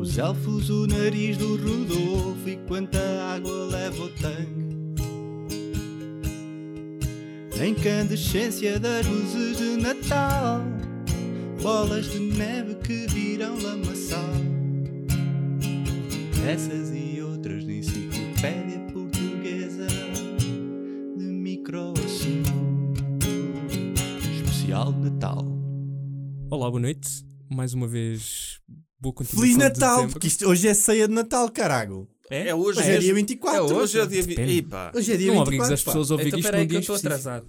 Os elfos, o nariz do Rodolfo e quanta água leva o tanque. A incandescência das luzes de Natal, bolas de neve que viram lamaçal. Essas e outras na enciclopédia portuguesa de microassunto. Especial de Natal. Olá, boa noite. Mais uma vez, boa continuação. Feliz de Natal, dezembro. porque isto, hoje é ceia de Natal, carago. É hoje, Hoje é dia É 24. hoje, é o dia vi- Depende. Epá. Hoje é dia Não 24. obrigues as pá. pessoas a ouvir Então isto peraí num que dia eu estou específico. atrasado.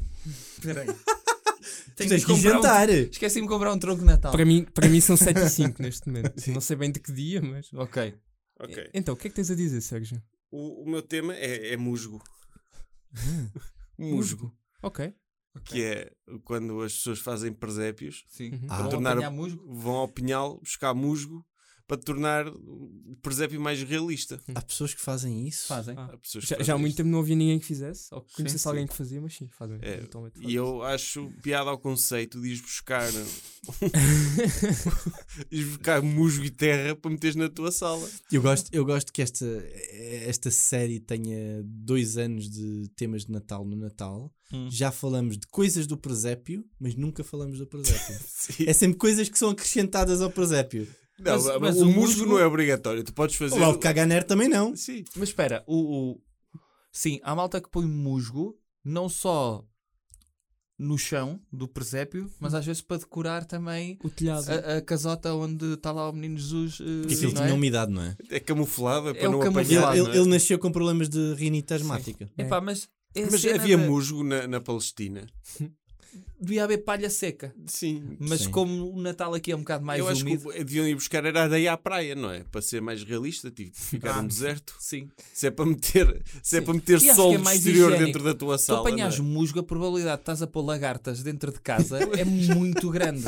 Peraí. Tu Tenho Tens que ir comprar um- jantar. Esqueci-me de comprar um tronco de Natal. Para mim, para mim são 7 e 5 neste momento. Não sei bem de que dia, mas ok. Ok. Então, o que é que tens a dizer, Sérgio? O, o meu tema é, é musgo. musgo. Ok. Que é quando as pessoas fazem presépios, Sim. Uhum. Ah. Vão Tornar- apanhar musgo. vão ao pinhal buscar musgo para tornar o presépio mais realista. Há pessoas que fazem isso. Fazem. Ah. Há pessoas que Já, fazem já há muito isto. tempo não havia ninguém que fizesse, ou que conhecesse sim. alguém que fazia, mas sim, um então fazem. É, eventualmente fazem. E eu acho piada ao conceito de ires buscar, ires buscar musgo e terra para meteres na tua sala. Eu gosto, eu gosto que esta, esta série tenha dois anos de temas de Natal no Natal. Hum. Já falamos de coisas do presépio, mas nunca falamos do presépio. Sim. é sempre coisas que são acrescentadas ao presépio. Não, Mas- mas, mas o, o musgo, musgo- não é obrigatório. Tu podes fazer. O Aldo Caganer também não. Sim. Mas espera, o, o- Sim, há malta que põe musgo não só no chão do presépio, mas às vezes para decorar também O telhado. a, a casota onde está lá o menino Jesus. eh, Porque aquilo não tinha é? umidade, não é? É camuflada para É o não Ele, apanhar. camuflado, não ele, é? ele nasceu com problemas de rinite asmática. É. Epá, mas. é a Mas cena havia de- musgo na, na Palestina. Devia haver palha seca. Sim. Mas Sim. como o Natal aqui é um bocado mais eu acho que úmido. o- deviam ir buscar era areia à praia, não é? Para ser mais realista, tive que ficar Ah. no deserto. Sim. Se é para meter, se é Sim. para meter E acho sol que é do mais exterior higiênico. dentro da tua Se tu um- sala. não apanhares é? musgo, a probabilidade de estás a pôr lagartas dentro de casa é muito grande.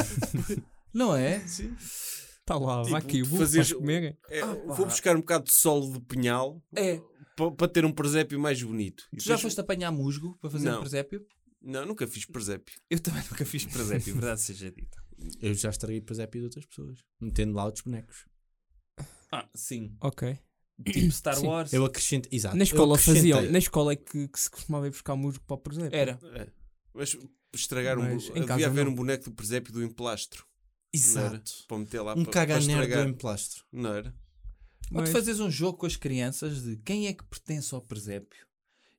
Não é? Sim. Está tá lá, tipo, vá aqui, tu vou fazeres- fazer comer. É, Ah, pá. vou buscar um bocado de solo de pinhal É. pa- para ter um presépio mais bonito. E Tu já depois- foste apanhar musgo para fazer Não. um presépio? Não, nunca fiz presépio. Eu também nunca fiz presépio, verdade seja dita. Eu já estraguei presépio de outras pessoas, metendo lá outros bonecos. Ah, sim. Ok. Tipo Star Sim. Wars. Eu acrescento, exato. Na Ah, eu escola faziam, acrescentei. na escola é que, que se costumava ir buscar musgo para o presépio. Era. É. Mas estragar um Mas bo- em Devia casa haver não. um boneco do presépio do emplastro. Não Exato. era? Para meter lá Um para, para caganer estragar. do emplastro. Não era? Ou Mas- tu fazes um jogo com as crianças de quem é que pertence ao presépio.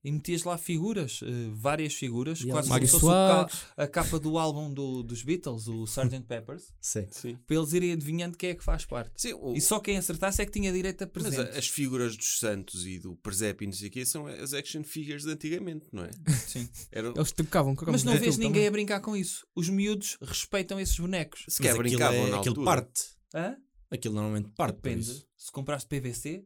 E metias lá figuras, eh, várias figuras, E quase como Mário se fosse o ca- Soares. a capa do álbum do- dos Beatles, o Sgt. Peppers, Sim. Sim. para eles irem adivinhando quem é que faz parte. Sim, o- E só quem acertasse é que tinha direito a mas a- presente. as figuras dos santos e do presépio e não sei o quê são as action figures de antigamente, não é? Sim. Eram, Eles trocavam com Mas não aquilo vês ninguém também. a brincar com isso. Os miúdos respeitam esses bonecos. se Mas calhar aquilo, brincavam é, na aquilo altura. parte. Hã? Aquilo normalmente parte. por Depende. isso. Se compraste PVC,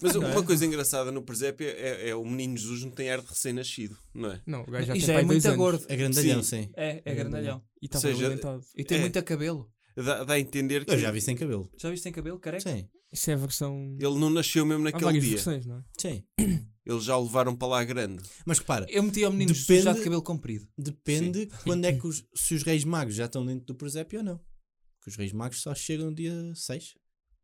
Mas uma coisa engraçada no presépio é, é o menino Jesus não tem ar de recém-nascido, não é? Não, o gajo já e tem já pai é dois muito anos. gordo. É grandalhão, sim. É, é grandalhão. E Ou estava seja, alimentado. E tem É. muito cabelo. Dá, dá a entender que Eu já vi sem cabelo. Já viste sem cabelo, careca? Sim, Isso é a versão. ele não nasceu mesmo Há naquele várias dia. versões, não é? sim. Eles já o levaram para lá grande. Mas repara, Eu meti ao menino Depende- Jesus já de cabelo comprido. depende quando é que os, se os reis magos já estão dentro do presépio ou não. Porque os reis magos só chegam no dia 6.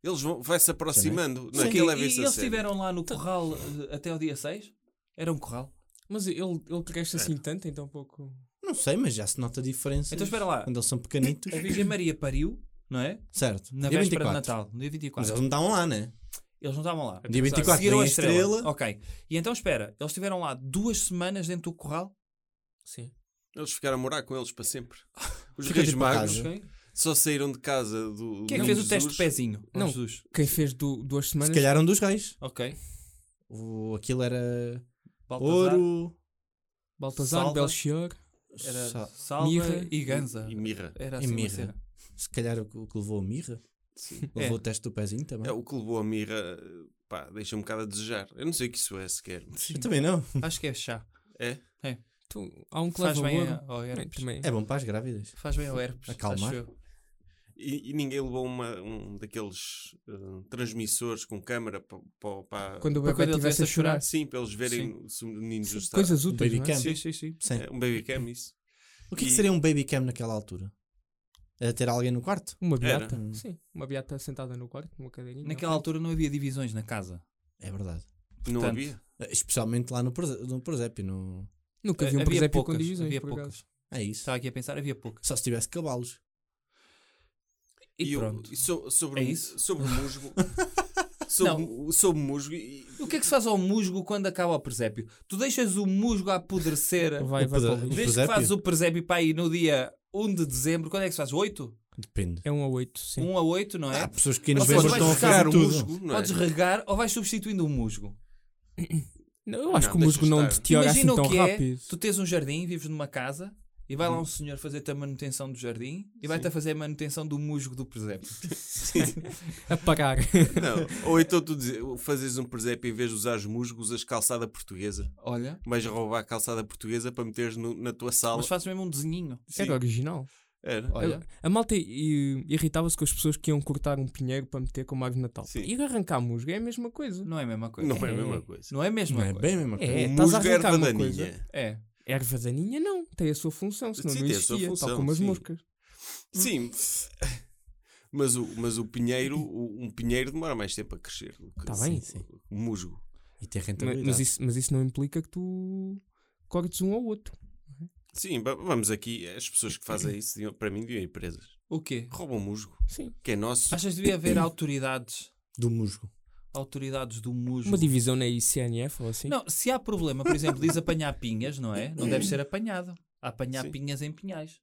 Eles vão, vai-se aproximando. Não é Sim. que ele e leva-se a eles sério. estiveram lá no corral eh, até ao dia 6? Era um corral. Mas ele, ele cresce assim tanto, então pouco. Não sei, mas já se nota a diferença. Então espera lá. Quando eles são pequenitos. A Virgem Maria pariu, não é? certo. Na dia véspera 24. de Natal, no dia Mas 24. eles não estavam lá, né? Eles não estavam lá. Dia 24 Seguiram vem a a estrela. estrela. Ok. E então espera, eles estiveram lá duas semanas dentro do corral? Sim. Eles ficaram a morar com eles para sempre. Os Fica reis tipo a magos casa. Ok. só saíram de casa do. Quem é do que fez é. Jesus. o teste de pezinho? ao Não. Jesus. Quem fez du- duas Se semanas. calhar um dos reis. Ok. O, aquilo era Baltazar, ouro, Baltazar, Salva. Belchior. Era sal- Salva Mirra. e Ganza. E mirra. Era E assim uma mirra. cena. Se calhar o que o que levou a mirra. Levou o teste do pezinho também. É, o que levou a mirra. Pá, deixa um bocado a desejar. Eu não sei o que isso é sequer. mas- Eu também não. Acho que é chá. É? Tu, há um que Faz leva bem, ouro. a- ao Bem, herpes. também. É bom para as grávidas. Faz bem ao herpes. Acalmar. acho eu. E, e ninguém levou uma, um daqueles eh, transmissores com câmara para. Quando o bebê Para quando ele estivesse a tivesse a chorar. Sim, para eles verem se o menino Jesus está. Coisas úteis, Baby não é? cam. Sim, sim, sim. Sim. É, um baby cam, isso. O que, é que E- seria um baby cam naquela altura? a ter alguém no quarto. Uma Era. beata. Sim, uma beata sentada no quarto, numa cadeirinha. Naquela altura não havia divisões na casa. É verdade. Não Portanto, havia? Especialmente lá no, prese- no presépio. No... Nunca vi um havia presépio com poucas. divisões, Havia por acaso. poucas. É isso. Estava aqui a pensar, havia poucas. Só se tivesse cabalos. E, eu- pronto. e so- sobre, É o- isso? sobre o musgo. sobre, o- sobre o musgo. e- O que é que se faz ao musgo quando acaba o presépio? Tu deixas o musgo a apodrecer Vai, vai O poder- para o lixo. desde que presépio? fazes o presépio para aí no dia 1 de dezembro. Quando é que se faz? 8? Depende. É um a oito, sim. 1 a 8, não é? Há pessoas que em Ou seja, um novembro estão vais a buscar fazer o tudo. musgo, não é? Podes regar ou vais substituindo o musgo. Não, eu acho Não, que o musgo deixa não estar. deteriora assim Imagina tão o que rápido. é, tu tens um jardim, vives numa casa e vai lá um senhor fazer-te a manutenção do jardim e vai-te a fazer a manutenção do musgo do presépio. Apagar. Não. Ou então tu dizer, fazes um presépio em vez de usar musgo, usas calçada portuguesa. Olha, Vais roubar a calçada portuguesa para meteres no- na tua sala. mas fazes mesmo um desenhinho. Era É original. Era. Olha, A malta i- irritava-se com as pessoas que iam cortar um pinheiro para meter como árvore de Natal. Sim. E arrancar musgo é a mesma coisa. não é a mesma coisa. Não é a mesma coisa. Não é a mesma Não é coisa. bem a mesma coisa. É, O estás a musgo é arrancar uma ervadaninha. coisa. É. Erva daninha não, tem a sua função, senão Sim, não tem a sua existia, função, tal como as sim. moscas. Sim. Mas o, mas o pinheiro, o- um pinheiro demora mais tempo a crescer. do que Tá assim, bem. O musgo. E tem Ma- rentabilidade. Mas, isso, mas isso não implica que tu cortes um ao outro. Sim, va- vamos aqui. As pessoas que fazem isso, deviam- para mim, deviam ir presas. O quê? Roubam musgo, Sim. que é nosso. Achas que devia haver autoridades, Do musgo. autoridades do musgo? Uma divisão na ICNF ou assim. Não, se há problema, por exemplo, diz apanhar pinhas, não é? Não deve ser apanhado. Há Apanhar Sim. pinhas em pinhais.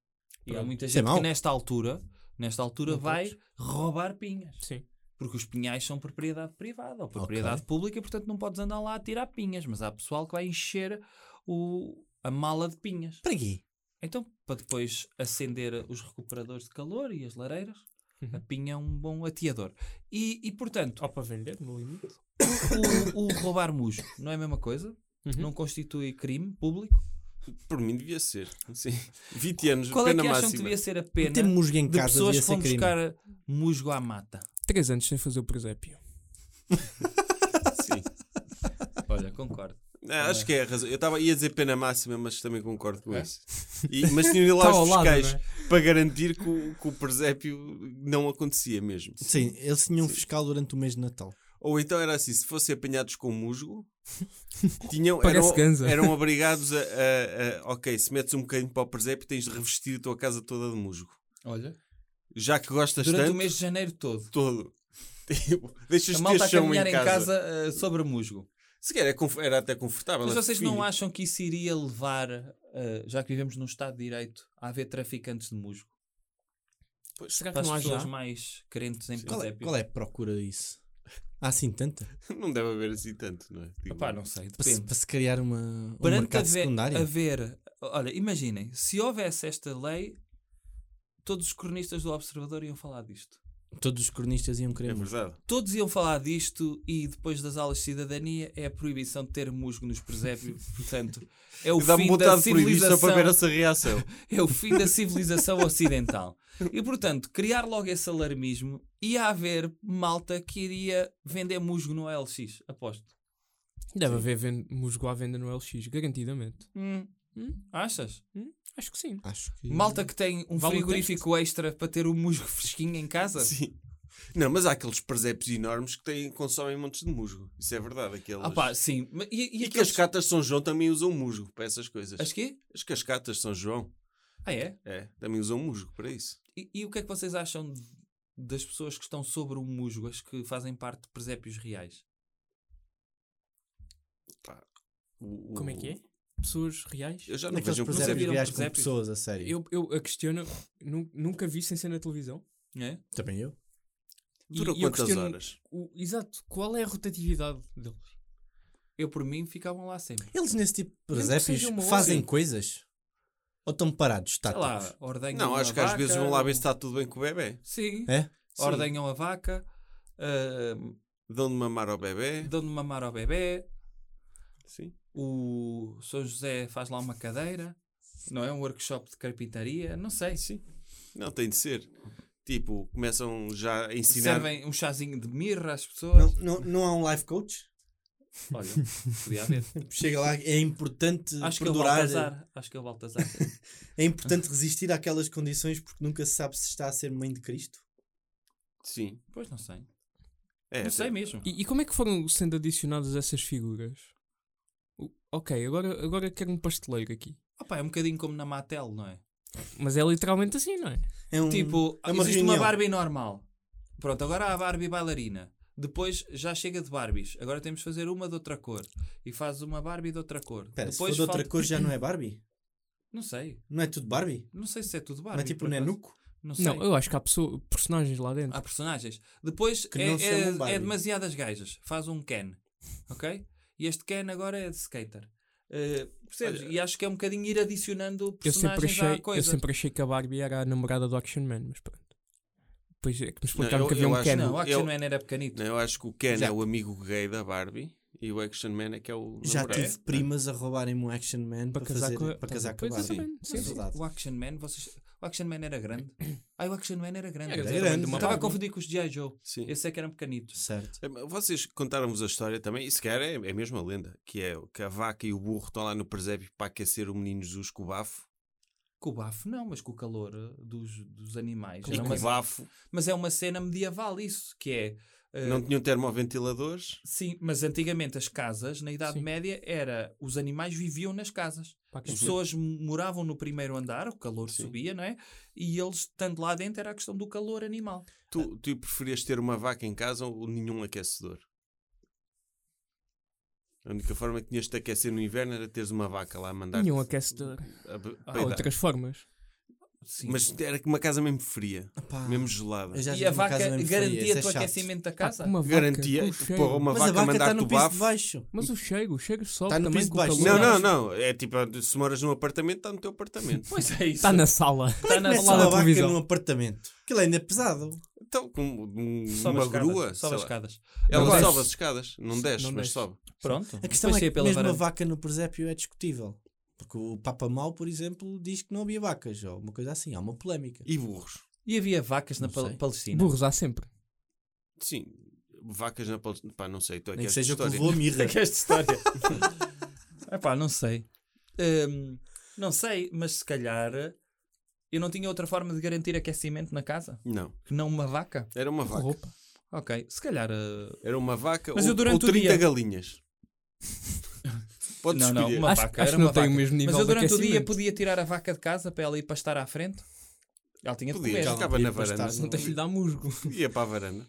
E há muita Isso é gente que mau. nesta altura, nesta altura Não vai podes. roubar pinhas. Sim. Porque os pinhais são propriedade privada ou propriedade pública, portanto não podes andar lá a tirar pinhas, mas há pessoal que vai encher o, a mala de pinhas. Para quê? Então, para depois acender os recuperadores de calor e as lareiras, Uhum. a pinha é um bom ateador. E, e, portanto, Ou para vender, no limite. o, o roubar musgo não é a mesma coisa? Uhum. Não constitui crime público? Por mim, devia ser. Sim. 20 anos, Qual é que pena acham que máxima. devia ser a Ter pena musgo em de casa pessoas devia que vão ser crime. buscar musgo à mata? Três anos sem fazer o presépio. Sim. Olha, concordo. Ah, acho que é a razão. Eu estava ia dizer pena máxima, mas também concordo com isso. E- mas tinham de ir lá Tá É. ao os lado, fiscais não para garantir que o, que o presépio não acontecia mesmo. Sim, eles tinham um fiscal durante o mês de Natal. Ou então era assim: se fossem apanhados com musgo, tinham, Parece eram, ganza. eram obrigados a, a- a- Ok, se metes um bocadinho para o presépio, tens de revestir a tua casa toda de musgo. Olha, Já que gostas durante tanto, o mês de janeiro todo. todo. Tipo, Deixas de A ter malta a chão em caminhar casa. em casa, eh, sobre musgo. Sequer é conf- era até confortável. Mas era vocês fofinho. não acham que isso iria levar, eh, já que vivemos num Estado de Direito, a haver traficantes de musgo? Pois, Será Para que as não há pessoas já? mais crentes em Qual é, presépio? qual é a procura disso? Há assim tanta? Não deve haver assim tanto, não é? Digo, Epá, não sei, Para se, depende. para se criar uma, um Perante mercado haver, secundário? haver, olha, imaginem, se houvesse esta lei, todos os cronistas do Observador iam falar disto. Todos os cronistas iam querer É musgo. verdade. Todos iam falar disto e depois das aulas de cidadania é a proibição de ter musgo nos presépios, portanto, é o Dá-me fim da vontade de proibir só civilização. para ver essa reação. É o fim da civilização ocidental. E portanto, criar logo esse alarmismo ia haver malta que iria vender musgo no LX, aposto. Deve haver ven- musgo à venda no LX, garantidamente. Achas? Acho que sim. Acho que... Uhum. Malta que tem um Vale o frigorífico extra para ter o musgo fresquinho em casa? Sim. Não, mas há aqueles presépios enormes que têm, consomem montes de musgo. Isso é verdade. Aqueles... Ah pá, sim. Ma- E, e e aqueles... cascatas de São João também usam musgo para essas coisas. As quê? As cascatas de São João, Ah é? é, também usam musgo para isso. E, e o que é que vocês acham de- das pessoas que estão sobre o musgo, as que fazem parte de presépios reais? O- o- Como é que é? Pessoas reais? Eu já não Naqueles vejo um presépios presépio. viram reais com presépio? pessoas, a sério. Eu, eu a questiono, nu- nunca vi sem ser na televisão. É? Também eu. E- Dura e eu quantas questiono horas? o- exato, qual é a rotatividade deles? Eu por mim ficavam lá sempre. Eles nesse tipo de Mesmo que presépios seja uma hora. fazem Sim. coisas? Ou estão parados, Sei estáticos? lá, ordenham Não, uma acho que às vaca, vezes vão lá ver se tá está tudo bem com o bebê. Sim. É? Ordenham a vaca, ahm, Dão de mamar ao bebê. dão de mamar ao bebê, Sim. o São José faz lá uma cadeira, não é? Um workshop de carpintaria, não sei. Sim. Não, tem de ser. Tipo, começam já a ensinar. Servem um chazinho de mirra às pessoas. Não, não, não há um life coach? Olha, podia haver. Chega lá, é importante Acho que é o perdurar, Baltazar. Acho que é o Baltazar. é importante resistir àquelas condições porque nunca se sabe se está a ser mãe de Cristo. Sim. Pois não sei. É, não sei até- mesmo. E, e como é que foram sendo adicionadas essas figuras? O- Ok, agora, agora quero um pasteleiro aqui. Opa, é um bocadinho como na Mattel, não é? Mas é literalmente assim, não é? É um, Tipo, é uma existe reunião. uma Barbie normal. Pronto, agora há a Barbie bailarina. Depois já chega de Barbies. Agora temos de fazer uma de outra cor. E fazes uma Barbie de outra cor. Pera, se for Depois de outra falta- cor já não é Barbie? Não sei. Não é tudo Barbie? Não sei se é tudo Barbie. não é tipo por acaso. Nenuco? Não sei. Não, eu acho que há pessoa, personagens lá dentro. Há personagens. Depois Que é, não se é- chamam é Barbie. demasiadas gajas. Faz um Ken. Ok? E este Ken agora é de skater. Eh, percebes? Olha- e acho que é um bocadinho ir adicionando eu, sempre personagens à achei, eu coisa. sempre achei que a Barbie era a namorada do Action Man, mas pronto. Depois é que me explicaram eu- que havia eu um acho Ken. Não, o Action Eu- Man era pequenito. Não, eu acho que o Ken Já- é o amigo gay da Barbie e o Action Man é que é o Já namorado. tive primas a roubarem um Action Man para, Para casar fazer, com a- para casar com a Pois, Barbie. exatamente. Sim, É sim. verdade. O Action Man, vocês... o Action Man era grande. Ah, o Action Man era grande. Era grande, grande. Estava a confundir com os G.I. Joe. Sim. Esse é que eram pequenitos. Certo. É, mas Vocês contaram-vos a história também, e se calhar é, é mesmo a lenda, que é que a vaca e o burro estão lá no presépio para aquecer o menino Jesus com o bafo. Com o bafo, não, mas com o calor eh, dos, dos animais. e Era com uma- o bafo Mas é uma cena medieval, isso. Que é. eh, não tinham termoventiladores. Sim, mas antigamente as casas, na Idade Sim. Uhum. Média, era os animais viviam nas casas. Pá, As que- é pessoas moravam no primeiro andar, o calor Sim. subia, não é? E eles, estando lá dentro, era a questão do calor animal. Tu, tu preferias ter uma vaca em casa ou nenhum aquecedor? A única forma que tinhas de te aquecer no inverno era teres uma vaca lá a mandar. Nenhum um aquecedor. a be- Ah, Há peidar. outras formas. Sim. Mas era uma casa mesmo fria, Epá, mesmo gelada. eu já e tive a uma vaca casa mesmo fria, garantia-te isso o é chato. aquecimento da Pá, casa? uma vaca, Garantia, com tu- cheiro. porra, uma Mas vaca, a vaca está mandar-te o no piso de bafo. baixo. Mas o cheiro, o cheiro sobe Tá no também piso com o de baixo. calor. Não, não, não. É tipo, se moras num apartamento, está no teu apartamento. Pois é isso. Está Tá na sala. Está Como na é que lá se na uma vaca televisão. num apartamento? Aquilo ainda é pesado. Então, com um- Sobe uma as escadas, grua, Sobe sei as lá. escadas. ela Não sobe desce. as escadas, não desce, não mas desce. sobe. Pronto. A questão Depois é saía que pela mesmo a varanda. vaca no presépio é discutível. Porque o Papa Mau, por exemplo, diz que não havia vacas, ou uma coisa assim, há uma polémica. E burros. E havia vacas na Não Pal- sei. Palestina. Burros há sempre. Sim, vacas na Palestina. Pá, não sei, tu é Nem que que és de seja que história. levou a mirra. que é esta história. Epá, não sei. Hum, não sei, mas se calhar eh, eu não tinha outra forma de garantir aquecimento na casa Não, que não uma vaca. era uma vaca. Roupa. Ok, se calhar. uh, Era uma vaca Mas ou, eu durante ou o 30 dia- galinhas. Podes Não, não, escolher. uma Acho- vaca. acho era que não uma tem o vaca. mesmo nível Mas eu de durante o dia aquecimento. podia tirar a vaca de casa para ela ir pastar à frente. Ela tinha de Podias, comer. ficava podia na varanda. pastar, Não tens de lhe dar musgo. Ia para a varanda.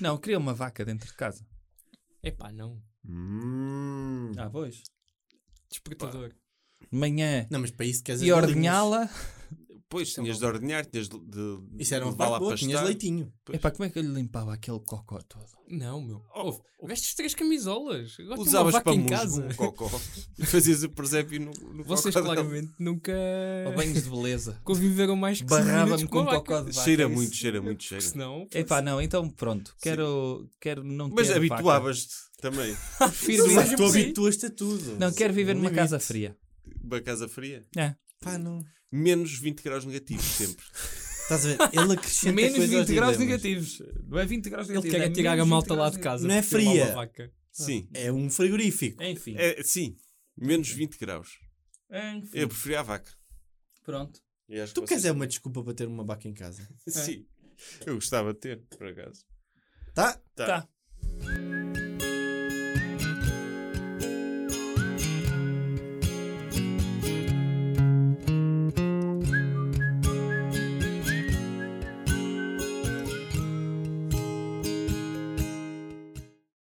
Não, queria uma vaca dentro de casa. Epá, não. Hum. Ah, pois. Despertador. De manhã. Não, mas para isso queres as E galinhas. ordenhá-la. Pois, tinhas de ordenhar, tinhas de, de Isso era uma levá-la parte a boa, tinhas pastar. leitinho. Pois. Epá, como é que eu lhe limpava aquele cocó todo? Não, meu. Ouve, vestes três camisolas. Agora tem uma Usavas vaca para em musgo, casa. um cocó. E fazias o presépio no, no Vocês cocó dela. claramente nunca Ou banhos de beleza. conviveram mais que cinco minutos Barrava-me com um uma cocó de vaca. Cheira isso. muito, cheira muito, cheira. Senão, Epá, não, então pronto. Quero, quero não ter Mas é vaca. habituavas-te também. prefiro Mas tu sim. habituas-te a tudo. Não, quero viver numa casa fria. Uma casa fria. É. Pá, não. Menos 20 graus negativos sempre. Ah. Estás a ver? Ele acrescenta Menos coisa aos 20 graus dilemas. negativos. Não é 20 graus Ele um negativos. quer é tirar a menos malta 20 lá graus de casa. Não é porque lá fria. uma vaca. Sim. É um frigorífico. negativos. Enfim. É, sim. Menos 20 graus. Enfim. Eu preferia a vaca. Pronto. Eu acho É, Tu que queres vocês- é uma desculpa para ter uma vaca em casa. Sim. Eu gostava de ter, por acaso. Tá? Tá.